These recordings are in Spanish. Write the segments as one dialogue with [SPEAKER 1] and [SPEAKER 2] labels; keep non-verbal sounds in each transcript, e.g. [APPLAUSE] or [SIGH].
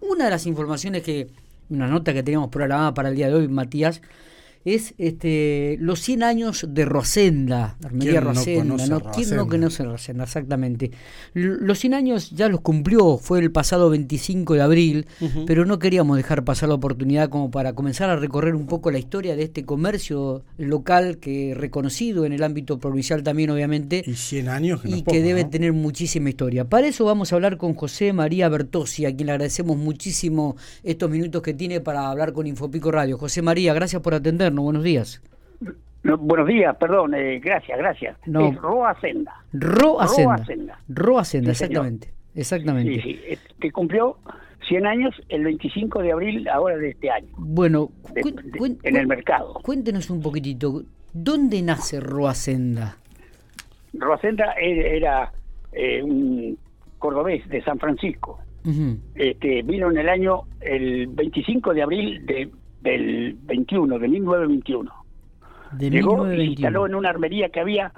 [SPEAKER 1] una de las informaciones que, una nota que teníamos programada para el día de hoy, Matías, es este los 100 años de Rosenda, Armería
[SPEAKER 2] ¿Quién no
[SPEAKER 1] Rosenda,
[SPEAKER 2] conoce
[SPEAKER 1] ¿no?
[SPEAKER 2] a
[SPEAKER 1] ¿Quién no
[SPEAKER 2] Rosenda?
[SPEAKER 1] conoce a Rosenda? Exactamente. L- Los 100 años ya los cumplió, fue el pasado 25 de abril,
[SPEAKER 2] Ujú.
[SPEAKER 1] pero no queríamos dejar pasar la oportunidad como para comenzar a recorrer un poco la historia de este comercio local que reconocido en el ámbito provincial también, obviamente
[SPEAKER 2] Y 100 años que no
[SPEAKER 1] y
[SPEAKER 2] es
[SPEAKER 1] que
[SPEAKER 2] poco,
[SPEAKER 1] debe
[SPEAKER 2] ¿no?
[SPEAKER 1] tener muchísima historia. Para eso vamos a hablar con José María Bertossi, a quien le agradecemos muchísimo estos minutos que tiene para hablar con Infopico Radio. José María, gracias por atendernos, buenos días.
[SPEAKER 3] No, buenos días, perdón, eh, gracias, gracias.
[SPEAKER 1] No.
[SPEAKER 3] Es Roa Senda.
[SPEAKER 1] Roa
[SPEAKER 3] Roa
[SPEAKER 1] Senda.
[SPEAKER 3] Senda.
[SPEAKER 1] Roa Senda,
[SPEAKER 3] Sí, señor.
[SPEAKER 1] exactamente. Exactamente.
[SPEAKER 3] Sí, sí, eh, que cumplió 100 años el 25 de abril ahora de este año,
[SPEAKER 1] Bueno,
[SPEAKER 3] de-
[SPEAKER 1] cuen-
[SPEAKER 3] de-
[SPEAKER 1] cuen-
[SPEAKER 3] en el mercado.
[SPEAKER 1] cuéntenos un poquitito, ¿dónde nace Roa Senda?
[SPEAKER 3] Roa Senda e- era eh, un cordobés de San Francisco.
[SPEAKER 1] Ujú.
[SPEAKER 3] Este, vino en el año, el 25 de abril de- del 21, de 1921.
[SPEAKER 1] De
[SPEAKER 3] Llegó y se
[SPEAKER 1] 1921.
[SPEAKER 3] instaló en una armería que había,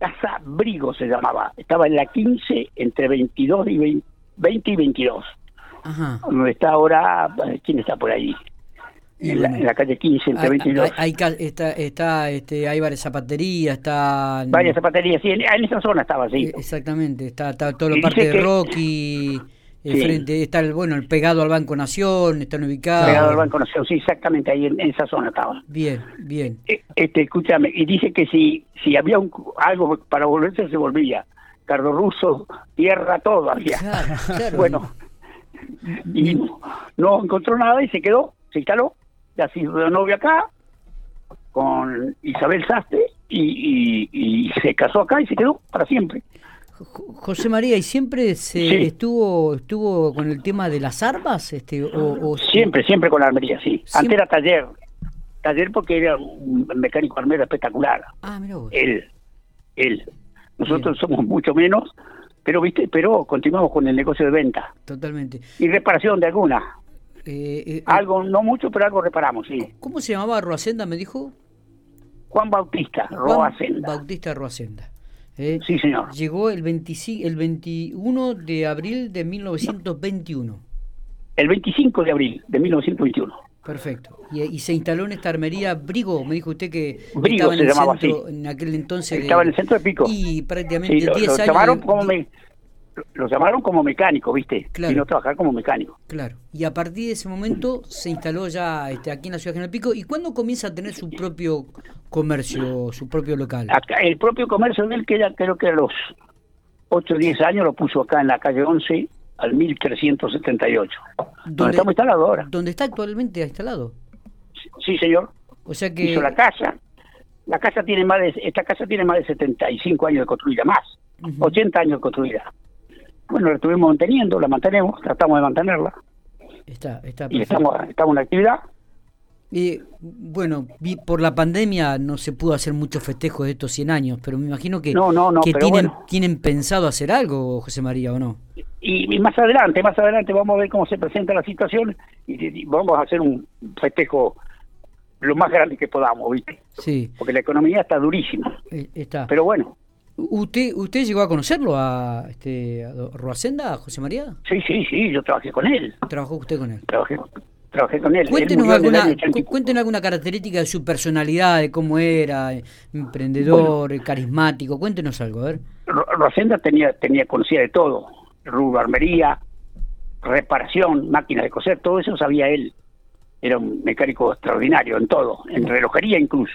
[SPEAKER 3] Casa Brigo se llamaba. Estaba en la 15, entre 22 y 20, 20 y 22.
[SPEAKER 1] Ajá.
[SPEAKER 3] donde está ahora, ¿quién está por ahí?
[SPEAKER 1] Y
[SPEAKER 3] en, la,
[SPEAKER 1] bueno.
[SPEAKER 3] en la calle 15, entre
[SPEAKER 1] Hay-
[SPEAKER 3] 22.
[SPEAKER 1] hay- hay ca- está, está, este, hay varias zapaterías, está...
[SPEAKER 3] Varias zapaterías, sí, en, en esa zona estaba, sí.
[SPEAKER 1] Eh, Exactamente, está, está todo lo
[SPEAKER 3] Y
[SPEAKER 1] parte
[SPEAKER 3] dice
[SPEAKER 1] de
[SPEAKER 3] que-
[SPEAKER 1] Rocky, eh,
[SPEAKER 3] Sí.
[SPEAKER 1] frente, está el, bueno, el pegado al Banco Nación, están ubicados.
[SPEAKER 3] Pegado al Banco Nación, sí, exactamente ahí en, en esa zona estaba.
[SPEAKER 1] Bien, bien.
[SPEAKER 3] Eh, Este, escúchame, y dice que si, si había un- algo para volverse, se volvía. Cardo ruso, tierra, todo había.
[SPEAKER 1] Claro, [LAUGHS] claro.
[SPEAKER 3] Bueno, y no, no encontró nada y se quedó, se instaló, ya se hizo de novia acá con Isabel Sastre y, y- y se casó acá y se quedó para siempre.
[SPEAKER 1] Jo- José María, ¿y siempre se
[SPEAKER 3] Sí.
[SPEAKER 1] estuvo estuvo con el tema de las armas? Este, o, o-
[SPEAKER 3] Siempre, siempre con la armería, sí. Antes
[SPEAKER 1] Siempre.
[SPEAKER 3] era taller. Taller porque era un mecánico armero espectacular.
[SPEAKER 1] Ah, mirá vos.
[SPEAKER 3] Él, él. Nosotros somos mucho menos, pero viste, pero continuamos con el negocio de venta
[SPEAKER 1] Totalmente.
[SPEAKER 3] y reparación de alguna.
[SPEAKER 1] Eh, eh,
[SPEAKER 3] Algo, no mucho, pero algo reparamos, sí.
[SPEAKER 1] ¿Cómo se llamaba Roacenda, me dijo?
[SPEAKER 3] Juan Bautista, Roa
[SPEAKER 1] Juan
[SPEAKER 3] Senda.
[SPEAKER 1] Bautista Roacenda. Eh,
[SPEAKER 3] Sí, señor.
[SPEAKER 1] Llegó el, 25 el 21 de abril de 1921.
[SPEAKER 3] El 25 de abril de 1921.
[SPEAKER 1] Perfecto. Y, y se instaló en esta armería Brigo, me dijo usted que estaba
[SPEAKER 3] Brigo
[SPEAKER 1] en
[SPEAKER 3] se
[SPEAKER 1] el
[SPEAKER 3] llamaba
[SPEAKER 1] centro,
[SPEAKER 3] así.
[SPEAKER 1] en aquel entonces. de-
[SPEAKER 3] Estaba en el centro de Pico.
[SPEAKER 1] Y prácticamente
[SPEAKER 3] Sí, lo,
[SPEAKER 1] 10
[SPEAKER 3] lo
[SPEAKER 1] años.
[SPEAKER 3] llamaron
[SPEAKER 1] de-
[SPEAKER 3] como
[SPEAKER 1] di-
[SPEAKER 3] me- lo llamaron como mecánico, ¿viste?
[SPEAKER 1] Claro.
[SPEAKER 3] Vino a trabajar como mecánico.
[SPEAKER 1] Claro. Y a partir de ese momento se instaló ya este, aquí en la ciudad de General Pico. ¿Y cuándo comienza a tener su propio comercio, su propio local?
[SPEAKER 3] Acá, el propio comercio de él, que ya creo que a los 8 o 10 años lo puso acá en la calle 11 al 1378.
[SPEAKER 1] ¿Dónde-
[SPEAKER 3] Donde estamos instalados ahora.
[SPEAKER 1] Donde está actualmente instalado.
[SPEAKER 3] Sí, señor.
[SPEAKER 1] O sea que.
[SPEAKER 3] Hizo la casa. La casa tiene más de, esta casa tiene más de 75 años de construida, más.
[SPEAKER 1] Ujú.
[SPEAKER 3] 80 años de construida. Bueno, la estuvimos manteniendo, la mantenemos, tratamos de mantenerla.
[SPEAKER 1] Está, está
[SPEAKER 3] Y
[SPEAKER 1] perfecto.
[SPEAKER 3] estamos, estamos en actividad.
[SPEAKER 1] Eh, bueno, vi- por la pandemia no se pudo hacer muchos festejos de estos 100 años, pero me imagino que,
[SPEAKER 3] No, no, no,
[SPEAKER 1] que
[SPEAKER 3] pero
[SPEAKER 1] tienen,
[SPEAKER 3] bueno.
[SPEAKER 1] tienen pensado hacer algo, José María, ¿o no?
[SPEAKER 3] Y, y más adelante, más adelante vamos a ver cómo se presenta la situación y, y vamos a hacer un festejo lo más grande que podamos, ¿viste?
[SPEAKER 1] Sí,
[SPEAKER 3] Porque la economía está durísima.
[SPEAKER 1] eh, está.
[SPEAKER 3] Pero bueno,
[SPEAKER 1] ¿Usted, ¿Usted llegó a conocerlo a, este, a Do- Roacenda, a José María?
[SPEAKER 3] sí, sí, sí, yo trabajé con él.
[SPEAKER 1] ¿Trabajó usted con él?
[SPEAKER 3] Trabajé, trabajé con él. Él
[SPEAKER 1] Cuéntenos
[SPEAKER 3] murió en el
[SPEAKER 1] alguna,
[SPEAKER 3] año
[SPEAKER 1] cu-
[SPEAKER 3] 84.
[SPEAKER 1] cuéntenos alguna característica de su personalidad, de cómo era, eh, emprendedor, eh, carismático, cuéntenos algo, a ver.
[SPEAKER 3] Ro- Rosenda tenía, tenía conocida de todo. Rubro, armería, reparación, máquinas de coser, todo eso sabía él. Era un mecánico extraordinario en todo, en relojería incluso.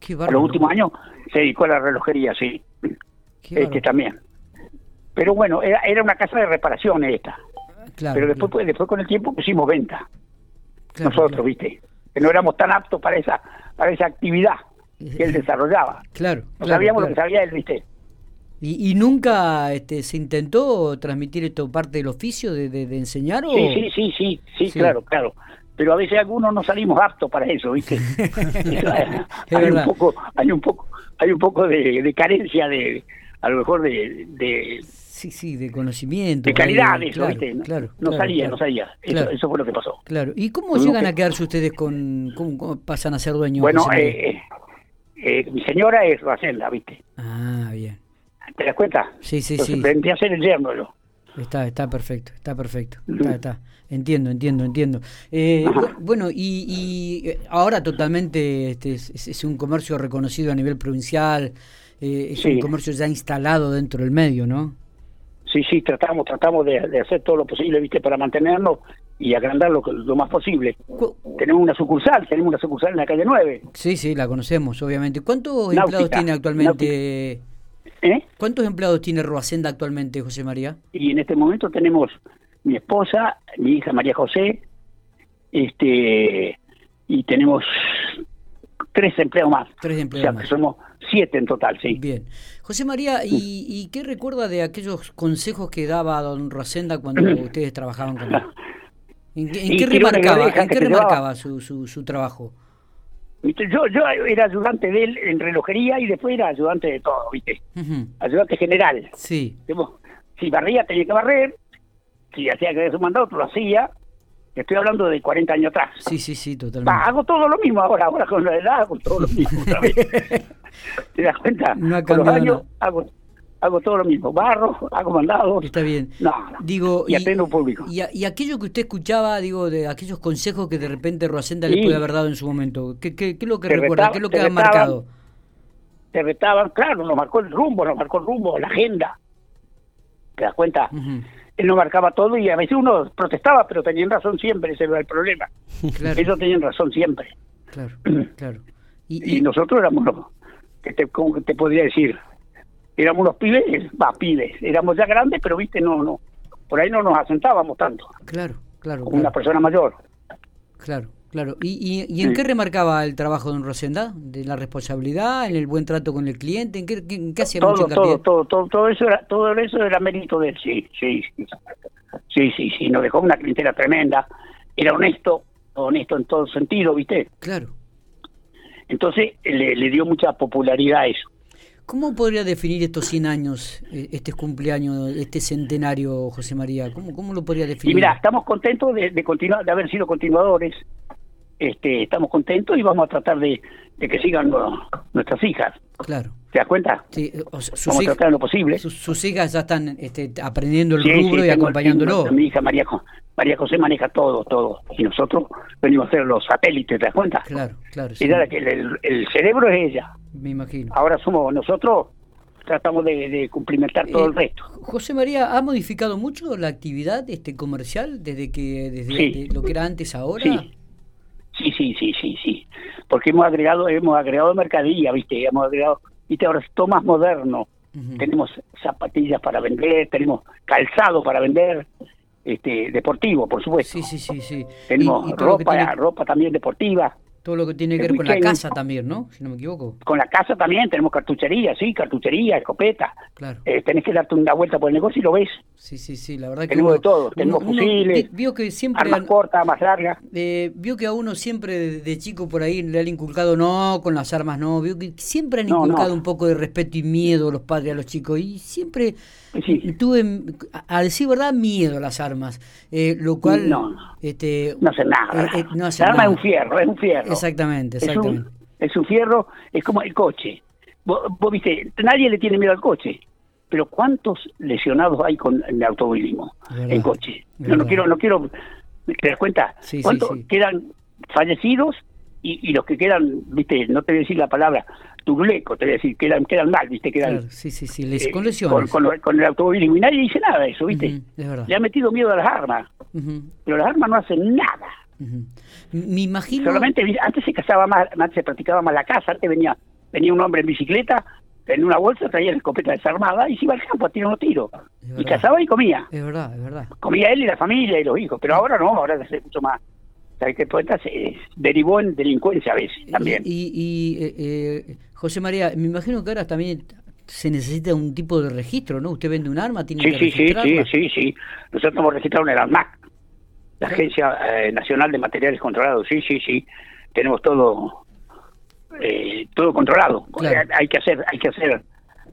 [SPEAKER 1] Qué
[SPEAKER 3] A
[SPEAKER 1] bárbaro.
[SPEAKER 3] los últimos años se dedicó a la relojería, sí.
[SPEAKER 1] qué
[SPEAKER 3] este
[SPEAKER 1] bárbaro.
[SPEAKER 3] también. Pero bueno, era, era una casa de reparaciones esta.
[SPEAKER 1] Claro,
[SPEAKER 3] pero
[SPEAKER 1] claro,
[SPEAKER 3] después, pues, después con el tiempo pusimos venta,
[SPEAKER 1] claro,
[SPEAKER 3] nosotros,
[SPEAKER 1] claro.
[SPEAKER 3] ¿viste? Que no éramos tan aptos para esa para esa actividad que él desarrollaba.
[SPEAKER 1] Claro,
[SPEAKER 3] No
[SPEAKER 1] claro,
[SPEAKER 3] sabíamos lo que
[SPEAKER 1] claro.
[SPEAKER 3] sabía él, ¿viste?
[SPEAKER 1] ¿Y, y nunca este, se intentó transmitir esto parte del oficio de, de- de enseñar? O...
[SPEAKER 3] Sí, sí, sí, sí, sí,
[SPEAKER 1] Oh. Sí.
[SPEAKER 3] claro, claro. Pero a veces algunos no salimos aptos para
[SPEAKER 1] [LAUGHS]
[SPEAKER 3] eso, ¿viste? [LAUGHS]
[SPEAKER 1] Es
[SPEAKER 3] hay un
[SPEAKER 1] verdad.
[SPEAKER 3] poco, hay un poco, hay un poco de, de carencia de, a lo mejor de, de,
[SPEAKER 1] Sí, sí, de conocimiento.
[SPEAKER 3] de
[SPEAKER 1] por ahí,
[SPEAKER 3] calidad, de eso,
[SPEAKER 1] claro,
[SPEAKER 3] ¿viste? No,
[SPEAKER 1] claro,
[SPEAKER 3] no
[SPEAKER 1] claro,
[SPEAKER 3] salía,
[SPEAKER 1] claro,
[SPEAKER 3] no salía. Eso-
[SPEAKER 1] claro.
[SPEAKER 3] eso fue lo que pasó.
[SPEAKER 1] Claro. ¿Y cómo
[SPEAKER 3] Tuvimos
[SPEAKER 1] llegan a
[SPEAKER 3] que-
[SPEAKER 1] quedarse ustedes con. Cómo, cómo pasan a ser dueños?
[SPEAKER 3] Bueno,
[SPEAKER 1] José María?
[SPEAKER 3] eh, eh, eh, mi señora es Rosenda, ¿viste?
[SPEAKER 1] Ah, bien.
[SPEAKER 3] ¿Te das cuenta?
[SPEAKER 1] Sí, sí,
[SPEAKER 3] Entonces,
[SPEAKER 1] sí.
[SPEAKER 3] Vendría a ser el yerno yo.
[SPEAKER 1] Está, está perfecto, está perfecto. Está, está. Entiendo, entiendo, entiendo. Eh, bu- bueno, y, y, eh, ahora totalmente este, es, es- es un comercio reconocido a nivel provincial, eh, es
[SPEAKER 3] Sí.
[SPEAKER 1] un comercio ya instalado dentro del medio, ¿no?
[SPEAKER 3] Sí, sí, tratamos, tratamos de, de hacer todo lo posible, viste, para mantenernos y agrandar lo, que- lo más posible.
[SPEAKER 1] Cu-
[SPEAKER 3] Tenemos una sucursal, tenemos una sucursal en la calle 9,
[SPEAKER 1] Sí, sí, la conocemos, obviamente. ¿Cuántos
[SPEAKER 3] Náutica,
[SPEAKER 1] empleados tiene actualmente?
[SPEAKER 3] ¿eh?
[SPEAKER 1] ¿Cuántos empleados tiene Roacenda actualmente, José María?
[SPEAKER 3] Y en este momento tenemos mi esposa, mi hija María José, este, y tenemos tres empleos más.
[SPEAKER 1] Tres
[SPEAKER 3] O sea,
[SPEAKER 1] empleados
[SPEAKER 3] que
[SPEAKER 1] más.
[SPEAKER 3] somos siete en total, sí.
[SPEAKER 1] Bien. José María, ¿y, y qué recuerda de aquellos consejos que daba don Rosenda
[SPEAKER 3] [CLEARS THROAT]
[SPEAKER 1] cuando ustedes trabajaban con él? ¿En, qué- en
[SPEAKER 3] Y
[SPEAKER 1] qué
[SPEAKER 3] tirones de
[SPEAKER 1] remarcaba,
[SPEAKER 3] orejas
[SPEAKER 1] en
[SPEAKER 3] que
[SPEAKER 1] qué
[SPEAKER 3] te
[SPEAKER 1] remarcaba su, su, su trabajo?
[SPEAKER 3] Viste, Yo, yo era ayudante de él en relojería y después era ayudante de todo, ¿viste?
[SPEAKER 1] Ujú.
[SPEAKER 3] Ayudante general.
[SPEAKER 1] Sí,
[SPEAKER 3] Tipo, Si barría, tenía que barrer. Si hacía que su mandato, lo hacía. Estoy hablando de 40 años atrás.
[SPEAKER 1] sí, sí, sí,
[SPEAKER 3] Pa,
[SPEAKER 1] totalmente.
[SPEAKER 3] hago todo lo mismo ahora, ahora con la edad hago todo lo mismo
[SPEAKER 1] [LAUGHS]
[SPEAKER 3] otra vez. ¿Te das cuenta?
[SPEAKER 1] No ha
[SPEAKER 3] con los
[SPEAKER 1] cambiado
[SPEAKER 3] años
[SPEAKER 1] nada.
[SPEAKER 3] hago, hago todo lo mismo. Barro, hago mandados.
[SPEAKER 1] Está bien.
[SPEAKER 3] No, no.
[SPEAKER 1] Digo,
[SPEAKER 3] Y atendo público.
[SPEAKER 1] Y, a- y aquello que usted escuchaba, digo, de aquellos consejos que de repente Roacenda
[SPEAKER 3] Sí.
[SPEAKER 1] le puede haber dado en su momento, ¿qué, qué- qué es lo que
[SPEAKER 3] Te
[SPEAKER 1] recuerda?
[SPEAKER 3] retaba-
[SPEAKER 1] ¿Qué es lo
[SPEAKER 3] te
[SPEAKER 1] que ha
[SPEAKER 3] retaban.
[SPEAKER 1] marcado?
[SPEAKER 3] Te retaban, claro, nos marcó el rumbo, nos marcó el rumbo, la agenda. ¿Te das cuenta?
[SPEAKER 1] Ujú.
[SPEAKER 3] Él nos marcaba todo y a veces uno protestaba, pero tenían razón siempre, ese era el problema.
[SPEAKER 1] Claro,
[SPEAKER 3] Ellos tenían razón siempre. [CLEARS THROAT]
[SPEAKER 1] claro, claro. Y,
[SPEAKER 3] y nosotros éramos los que te, ¿cómo te podría decir éramos los pibes va pibes éramos ya grandes pero viste no no por ahí no nos asentábamos tanto
[SPEAKER 1] claro, claro.
[SPEAKER 3] como una
[SPEAKER 1] claro.
[SPEAKER 3] persona mayor
[SPEAKER 1] Claro, claro. ¿Y, y, y en
[SPEAKER 3] Sí.
[SPEAKER 1] qué remarcaba el trabajo de Don Rosenda? ¿De la responsabilidad, en el buen trato con el cliente? ¿En qué, qué- en qué hacía mucho
[SPEAKER 3] todo
[SPEAKER 1] hincapié?
[SPEAKER 3] todo todo todo todo eso era todo eso era mérito de él sí sí sí sí sí sí nos dejó una clientela tremenda era honesto honesto en todo sentido viste
[SPEAKER 1] Claro.
[SPEAKER 3] entonces le, le dio mucha popularidad a eso
[SPEAKER 1] ¿Cómo podría definir estos 100 años, eh, este cumpleaños, este centenario, José María? ¿Cómo, cómo lo podría definir?
[SPEAKER 3] Y mira, estamos contentos de, de continuar, de haber sido continuadores. Este, estamos contentos y vamos a tratar de, de que sigan lo- nuestras hijas.
[SPEAKER 1] Claro.
[SPEAKER 3] ¿Te das cuenta?
[SPEAKER 1] Sí, eh, o sea, sus,
[SPEAKER 3] Vamos a
[SPEAKER 1] hijas,
[SPEAKER 3] tratar lo posible.
[SPEAKER 1] sus- sus hijas ya están este, aprendiendo el
[SPEAKER 3] Sí, sí,
[SPEAKER 1] rubro y
[SPEAKER 3] tengo-
[SPEAKER 1] acompañándolo.
[SPEAKER 3] Mi hija María, Jo- María José maneja todo, todo. Y nosotros venimos a ser los satélites, ¿te das cuenta?
[SPEAKER 1] Claro, claro. sí,
[SPEAKER 3] Ella era que el, el- el cerebro es ella.
[SPEAKER 1] me imagino.
[SPEAKER 3] Ahora somos nosotros, tratamos de, de cumplimentar todo
[SPEAKER 1] Eh,
[SPEAKER 3] el resto.
[SPEAKER 1] José María, ¿ha modificado mucho la actividad este comercial desde que desde
[SPEAKER 3] Sí.
[SPEAKER 1] de lo que era antes ahora?
[SPEAKER 3] Sí. Sí, sí, sí, sí, sí. Porque hemos agregado, hemos agregado mercadilla, ¿viste? Hemos agregado, ¿viste? Ahora es todo más moderno.
[SPEAKER 1] Ujú.
[SPEAKER 3] Tenemos zapatillas para vender, tenemos calzado para vender, este deportivo, por supuesto.
[SPEAKER 1] Sí, sí, sí, sí.
[SPEAKER 3] Tenemos
[SPEAKER 1] Y- y todo lo que
[SPEAKER 3] ropa,
[SPEAKER 1] tiene-
[SPEAKER 3] ropa también deportiva.
[SPEAKER 1] todo lo que tiene que
[SPEAKER 3] el
[SPEAKER 1] ver con la
[SPEAKER 3] weekend.
[SPEAKER 1] casa también, ¿no? Si no me equivoco.
[SPEAKER 3] Con la casa también tenemos cartuchería, sí, cartuchería, escopeta.
[SPEAKER 1] Claro.
[SPEAKER 3] Eh, tenés que darte una vuelta por el negocio y lo ves.
[SPEAKER 1] Sí, sí, sí. La verdad que
[SPEAKER 3] tenemos
[SPEAKER 1] uno-
[SPEAKER 3] de todo, tenemos fusiles,
[SPEAKER 1] vi- vio que siempre
[SPEAKER 3] Armas
[SPEAKER 1] han-
[SPEAKER 3] cortas, más largas.
[SPEAKER 1] eh, vio que a uno siempre de, de chico por ahí le han inculcado no con las armas no, vio que siempre han
[SPEAKER 3] No, no.
[SPEAKER 1] inculcado un poco de respeto y miedo a los padres a los chicos y siempre
[SPEAKER 3] Sí,
[SPEAKER 1] tuve a, a decir verdad miedo a las armas, eh, lo cual
[SPEAKER 3] No.
[SPEAKER 1] este
[SPEAKER 3] no hace nada.
[SPEAKER 1] eh, eh, no hace
[SPEAKER 3] La arma
[SPEAKER 1] nada.
[SPEAKER 3] es un fierro, es un fierro.
[SPEAKER 1] exactamente,
[SPEAKER 3] Es
[SPEAKER 1] exactamente.
[SPEAKER 3] un, es un fierro, es como el coche. Vos, vos viste, nadie le tiene miedo al coche, pero ¿cuántos lesionados hay con el automovilismo
[SPEAKER 1] Verdad,
[SPEAKER 3] en coche? No,
[SPEAKER 1] verdad.
[SPEAKER 3] no quiero, no quiero, ¿te das cuenta?
[SPEAKER 1] Sí, sí,
[SPEAKER 3] ¿Cuántos
[SPEAKER 1] sí.
[SPEAKER 3] quedan fallecidos y, y los que quedan, viste, no te voy a decir la palabra, turuleco, te voy a decir, quedan, quedan mal, viste, quedan...
[SPEAKER 1] Claro, sí, sí, sí, les-
[SPEAKER 3] eh,
[SPEAKER 1] con
[SPEAKER 3] con,
[SPEAKER 1] lesiones.
[SPEAKER 3] con lo- con el automovilismo y nadie dice nada de eso, viste.
[SPEAKER 1] Ujú, es verdad.
[SPEAKER 3] Le ha metido miedo a las armas,
[SPEAKER 1] Ujú.
[SPEAKER 3] pero las armas no hacen nada.
[SPEAKER 1] Ujú. Me imagino.
[SPEAKER 3] Solamente vi- antes se casaba más, antes se practicaba más la casa, antes venía, venía un hombre en bicicleta, en una bolsa traía la escopeta desarmada y se iba al campo a tirar unos tiros.
[SPEAKER 1] Es
[SPEAKER 3] Y
[SPEAKER 1] verdad.
[SPEAKER 3] cazaba y comía.
[SPEAKER 1] Es verdad, es verdad.
[SPEAKER 3] Comía él y la familia y los hijos, pero ahora no, ahora se hace mucho más. ¿Sabes qué cuenta? Se derivó en delincuencia a veces también.
[SPEAKER 1] Y, y- y, eh, eh, José María, me imagino que ahora también se necesita un tipo de registro, ¿no? Usted vende un arma, tiene
[SPEAKER 3] Sí,
[SPEAKER 1] que
[SPEAKER 3] sí, sí, sí,
[SPEAKER 1] registrarla.
[SPEAKER 3] sí, sí. Nosotros hemos registrado en el ANMAC, la Agencia eh, Nacional de Materiales Controlados. Sí, sí, sí. Tenemos todo eh, todo controlado.
[SPEAKER 1] Claro.
[SPEAKER 3] Eh, Hay que hacer, hay que hacer.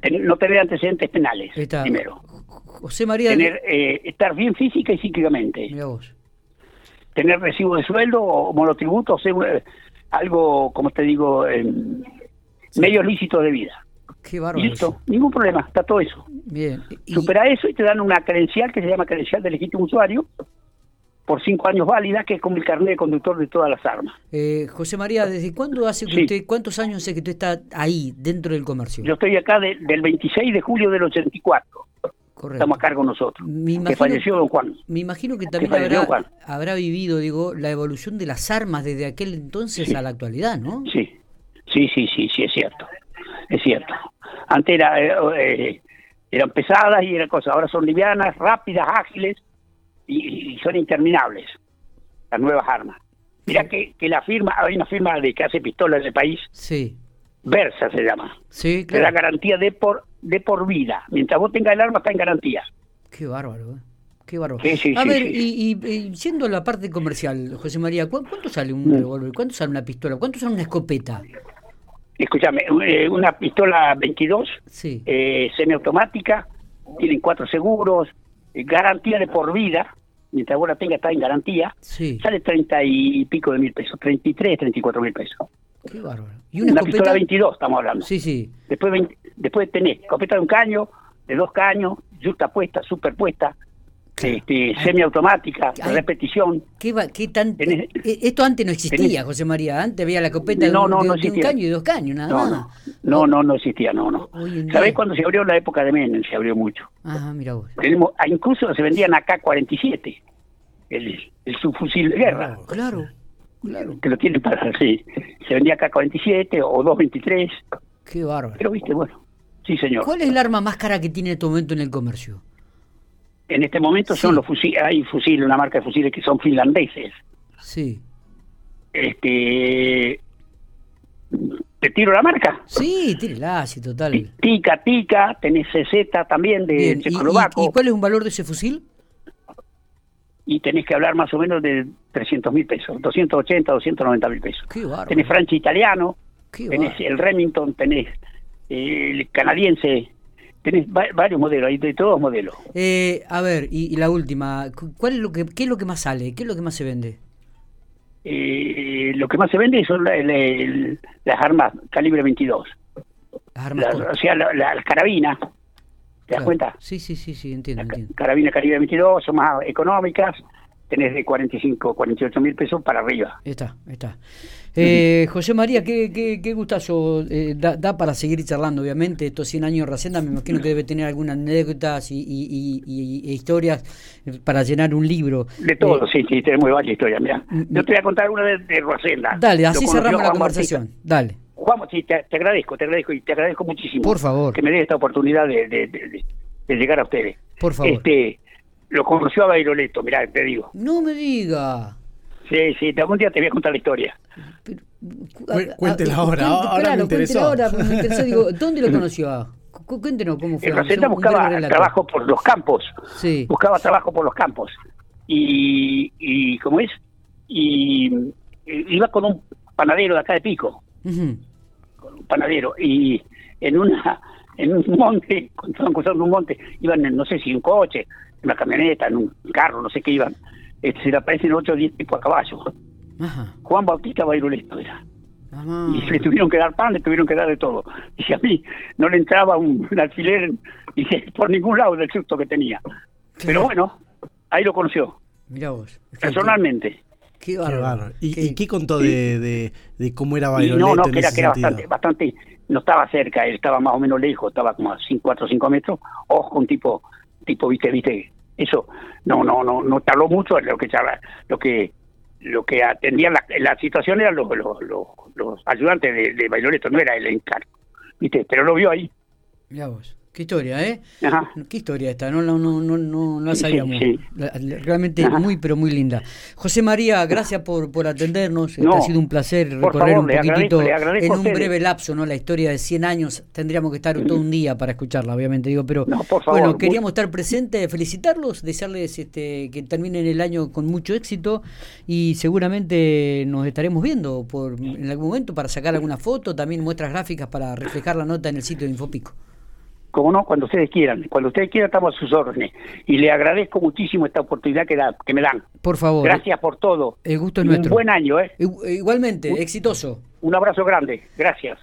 [SPEAKER 3] ten- no tener antecedentes penales,
[SPEAKER 1] Está.
[SPEAKER 3] primero.
[SPEAKER 1] José María,
[SPEAKER 3] Tener, eh, estar bien física y psíquicamente.
[SPEAKER 1] mira vos.
[SPEAKER 3] Tener recibo de sueldo o monotributo, o sea, un- algo, como te digo, eh, medios em, lícitos de vida.
[SPEAKER 1] Qué bárbaro.
[SPEAKER 3] Listo, ningún problema, está todo eso.
[SPEAKER 1] Bien. Y-
[SPEAKER 3] Supera eso y te dan una credencial que se llama credencial de legítimo usuario por cinco años válida, que es como el carnet de conductor de todas las armas.
[SPEAKER 1] eh, José María, ¿desde cuándo hace que
[SPEAKER 3] Sí.
[SPEAKER 1] usted, cuántos años hace que usted está ahí, dentro del comercio?
[SPEAKER 3] Yo estoy acá de- del 26 de julio del 84.
[SPEAKER 1] Correcto.
[SPEAKER 3] Estamos a cargo nosotros.
[SPEAKER 1] Me
[SPEAKER 3] Que
[SPEAKER 1] imagino-
[SPEAKER 3] falleció don Juan.
[SPEAKER 1] Me imagino que también
[SPEAKER 3] parece, Juan?
[SPEAKER 1] habrá, habrá vivido, digo, la evolución de las armas desde aquel entonces
[SPEAKER 3] Sí.
[SPEAKER 1] a la actualidad, ¿no?
[SPEAKER 3] Sí, sí, sí, sí, sí, es cierto. Es cierto. Antes era, eh, eh, eran pesadas y eran cosas. Ahora son livianas, rápidas, ágiles y, y son interminables las nuevas armas. Mirá que, que la firma, hay una firma de que hace pistolas en el país,
[SPEAKER 1] Sí,
[SPEAKER 3] Versa se llama.
[SPEAKER 1] sí,
[SPEAKER 3] Te da
[SPEAKER 1] claro.
[SPEAKER 3] garantía de por de por vida. Mientras vos tengas el arma, está en garantía.
[SPEAKER 1] Qué bárbaro, ¿eh? Qué bárbaro.
[SPEAKER 3] Sí, sí,
[SPEAKER 1] a
[SPEAKER 3] sí,
[SPEAKER 1] ver,
[SPEAKER 3] sí.
[SPEAKER 1] Y, y- y yendo a la parte comercial, José María, ¿cu- ¿cuánto sale
[SPEAKER 3] Mm.
[SPEAKER 1] un revólver? ¿Cuánto sale una pistola? ¿Cuánto sale una escopeta?
[SPEAKER 3] Escúchame, eh, una pistola 22
[SPEAKER 1] Sí,
[SPEAKER 3] eh, semiautomática, tienen cuatro seguros, eh, garantía de por vida, mientras vos la tengas está en garantía,
[SPEAKER 1] sí,
[SPEAKER 3] sale 30 y pico de mil pesos, 33, 34 mil pesos.
[SPEAKER 1] qué bárbaro. ¿Y
[SPEAKER 3] Una,
[SPEAKER 1] una
[SPEAKER 3] pistola
[SPEAKER 1] escopeta?
[SPEAKER 3] 22 estamos hablando.
[SPEAKER 1] Sí, sí,
[SPEAKER 3] Después, vein- después tenés escopeta de un caño, de dos caños, justa puesta, superpuesta,
[SPEAKER 1] Claro.
[SPEAKER 3] este, semiautomática,
[SPEAKER 1] Ay.
[SPEAKER 3] repetición.
[SPEAKER 1] ¿Qué, va, qué tan,
[SPEAKER 3] Tenés-
[SPEAKER 1] eh, esto antes no existía,
[SPEAKER 3] tenés-
[SPEAKER 1] José María. Antes veía la escopeta de,
[SPEAKER 3] No,
[SPEAKER 1] un-
[SPEAKER 3] no,
[SPEAKER 1] de-
[SPEAKER 3] no
[SPEAKER 1] de un
[SPEAKER 3] existía.
[SPEAKER 1] caño y dos caños, nada
[SPEAKER 3] No,
[SPEAKER 1] más.
[SPEAKER 3] no, no, no, no existía, no, no.
[SPEAKER 1] Hoy en
[SPEAKER 3] ¿Sabés
[SPEAKER 1] día-
[SPEAKER 3] cuándo se abrió? La época de Menem se abrió mucho.
[SPEAKER 1] Ah, mira vos.
[SPEAKER 3] Tenemos, ah, incluso se vendían acá 47, el, el subfusil de guerra,
[SPEAKER 1] Claro, claro.
[SPEAKER 3] que lo tienen para sí. Se vendía acá 47 o 223,
[SPEAKER 1] Qué bárbaro.
[SPEAKER 3] pero viste, bueno, sí señor.
[SPEAKER 1] ¿Cuál es el arma más cara que tiene en este momento en el comercio?
[SPEAKER 3] En este momento
[SPEAKER 1] Sí.
[SPEAKER 3] son los fusiles, hay fusiles, una marca de fusiles que son finlandeses.
[SPEAKER 1] Sí.
[SPEAKER 3] Este, ¿Te tiro la marca?
[SPEAKER 1] Sí, tiene lazi, total.
[SPEAKER 3] Tica, tica, tenés CZ también de
[SPEAKER 1] Bien, ¿Y, y,
[SPEAKER 3] checoslovaco
[SPEAKER 1] y cuál es un valor de ese fusil?
[SPEAKER 3] y tenés que hablar más o menos de 300 mil pesos, 280, 290 mil pesos.
[SPEAKER 1] Qué bárbaro.
[SPEAKER 3] Tenés Franchi italiano,
[SPEAKER 1] Qué
[SPEAKER 3] tenés
[SPEAKER 1] bárbaro.
[SPEAKER 3] el Remington, tenés eh, el canadiense, tenés va- varios modelos, hay de todos modelos.
[SPEAKER 1] Eh, a ver, y, y la última. cu- ¿Cuál es lo que, ¿Qué es lo que más sale? ¿Qué es lo que más se vende?
[SPEAKER 3] Eh, lo que más se vende son la- la- el- las armas calibre 22,
[SPEAKER 1] Las armas
[SPEAKER 3] las-
[SPEAKER 1] cortas.
[SPEAKER 3] o sea, la- la- las carabinas, ¿te das
[SPEAKER 1] Claro.
[SPEAKER 3] cuenta?
[SPEAKER 1] Sí, sí, sí, sí, entiendo,
[SPEAKER 3] Ca-
[SPEAKER 1] entiendo.
[SPEAKER 3] Carabinas calibre 22 son más económicas, tenés de 45, 48 mil pesos para arriba.
[SPEAKER 1] Está, está. Eh, José María, qué, qué, qué gustazo eh, da, da para seguir charlando, obviamente. Estos 100 años de Racenda, me imagino que debe tener algunas anécdotas y, y- y- y- e historias para llenar un libro.
[SPEAKER 3] De todo,
[SPEAKER 1] Eh,
[SPEAKER 3] sí, sí, tenés muy varias historias, mirá.
[SPEAKER 1] Mm,
[SPEAKER 3] Yo te voy a contar una de, de Rosenda.
[SPEAKER 1] dale,
[SPEAKER 3] Lo
[SPEAKER 1] así
[SPEAKER 3] conoció
[SPEAKER 1] cerramos la
[SPEAKER 3] Juan Bautista.
[SPEAKER 1] conversación. Dale.
[SPEAKER 3] Juan, sí, te, te agradezco, te agradezco y te agradezco muchísimo.
[SPEAKER 1] Por favor.
[SPEAKER 3] Que me des esta oportunidad de, de- de- de llegar a ustedes.
[SPEAKER 1] Por favor.
[SPEAKER 3] Este, lo conoció a Bairoleto, mirá, te digo.
[SPEAKER 1] No me diga.
[SPEAKER 3] Sí, sí, algún día te voy a contar la historia.
[SPEAKER 1] Pero, cu-
[SPEAKER 2] Cué-
[SPEAKER 1] a- a-
[SPEAKER 2] cuéntela
[SPEAKER 1] a-
[SPEAKER 2] ahora,
[SPEAKER 1] cuente-
[SPEAKER 2] ahora me
[SPEAKER 1] claro,
[SPEAKER 2] interesó.
[SPEAKER 1] cuéntela ahora,
[SPEAKER 2] [LAUGHS]
[SPEAKER 1] porque me interesó. Digo, ¿dónde lo conoció? Cu- Cuéntenos cómo fue. aunque sea
[SPEAKER 3] En Eh, Rosenda
[SPEAKER 1] un
[SPEAKER 3] buscaba
[SPEAKER 1] breve relato.
[SPEAKER 3] trabajo por los campos.
[SPEAKER 1] Sí,
[SPEAKER 3] Buscaba trabajo por los campos. Y, y ¿cómo es? Y, y iba con un panadero de acá de Pico,
[SPEAKER 1] ujú,
[SPEAKER 3] un panadero, y en una en un monte, cuando estaban cruzando un monte, iban, en, no sé si en un coche, en una camioneta, en un carro, no sé qué iban. Este, se le aparecen ocho o diez tipos a caballo.
[SPEAKER 1] Ajá.
[SPEAKER 3] Juan Bautista Bairoleto era.
[SPEAKER 1] Mamá.
[SPEAKER 3] Y le tuvieron que dar pan, le tuvieron que dar de todo. Y si a mí no le entraba un, un alfiler dice, por ningún lado del susto que tenía. Pero bueno, ahí lo conoció,
[SPEAKER 1] Mirá vos.
[SPEAKER 3] personalmente.
[SPEAKER 1] Qué
[SPEAKER 2] Qué
[SPEAKER 1] bárbaro.
[SPEAKER 2] bárbaro. ¿Y,
[SPEAKER 1] Qué-
[SPEAKER 2] y qué contó de, de- de cómo era
[SPEAKER 3] Y
[SPEAKER 2] Bayroneto
[SPEAKER 3] no, no,
[SPEAKER 2] en
[SPEAKER 3] que era,
[SPEAKER 2] ese
[SPEAKER 3] que era
[SPEAKER 2] sentido?
[SPEAKER 3] bastante, bastante, no estaba cerca, él estaba más o menos lejos, estaba como a 4 o 5 metros. Ojo, un tipo, tipo, viste, viste, eso, no, no, no, no tardó mucho en lo que charla- lo que lo que atendía la, la situación eran los, los, los, los ayudantes de, de Bailoleto, no era el encargo, viste, pero lo vio ahí.
[SPEAKER 1] Mirá vos. Qué historia, ¿eh?
[SPEAKER 3] Ajá.
[SPEAKER 1] Qué historia esta, no, no, no, no, no, no la
[SPEAKER 3] Sí,
[SPEAKER 1] sabíamos.
[SPEAKER 3] sí.
[SPEAKER 1] La- la- realmente
[SPEAKER 3] Ajá.
[SPEAKER 1] muy, pero muy linda. José María, gracias por, por atendernos. Este,
[SPEAKER 3] No,
[SPEAKER 1] ha sido un placer
[SPEAKER 3] por
[SPEAKER 1] recorrer
[SPEAKER 3] favor,
[SPEAKER 1] un
[SPEAKER 3] le agradezco,
[SPEAKER 1] poquitito
[SPEAKER 3] le agradezco
[SPEAKER 1] en
[SPEAKER 3] a
[SPEAKER 1] un
[SPEAKER 3] ustedes.
[SPEAKER 1] breve lapso, ¿no? La historia de 100 años. Tendríamos que estar todo un día para escucharla, obviamente, digo, pero
[SPEAKER 3] No, por favor,
[SPEAKER 1] bueno,
[SPEAKER 3] muy-
[SPEAKER 1] queríamos estar presentes, felicitarlos, desearles este, que terminen el año con mucho éxito y seguramente nos estaremos viendo por, en algún momento para sacar alguna foto, también muestras gráficas para reflejar la nota en el sitio de Infopico.
[SPEAKER 3] como no, cuando ustedes quieran. Cuando ustedes quieran, estamos a sus órdenes. Y le agradezco muchísimo esta oportunidad que, da- que me dan.
[SPEAKER 1] Por favor. ¿eh?
[SPEAKER 3] Gracias por todo.
[SPEAKER 1] El gusto es
[SPEAKER 3] Y
[SPEAKER 1] nuestro.
[SPEAKER 3] Un buen año, ¿eh?
[SPEAKER 1] Igu- Igualmente, exitoso.
[SPEAKER 3] Un abrazo grande. Gracias.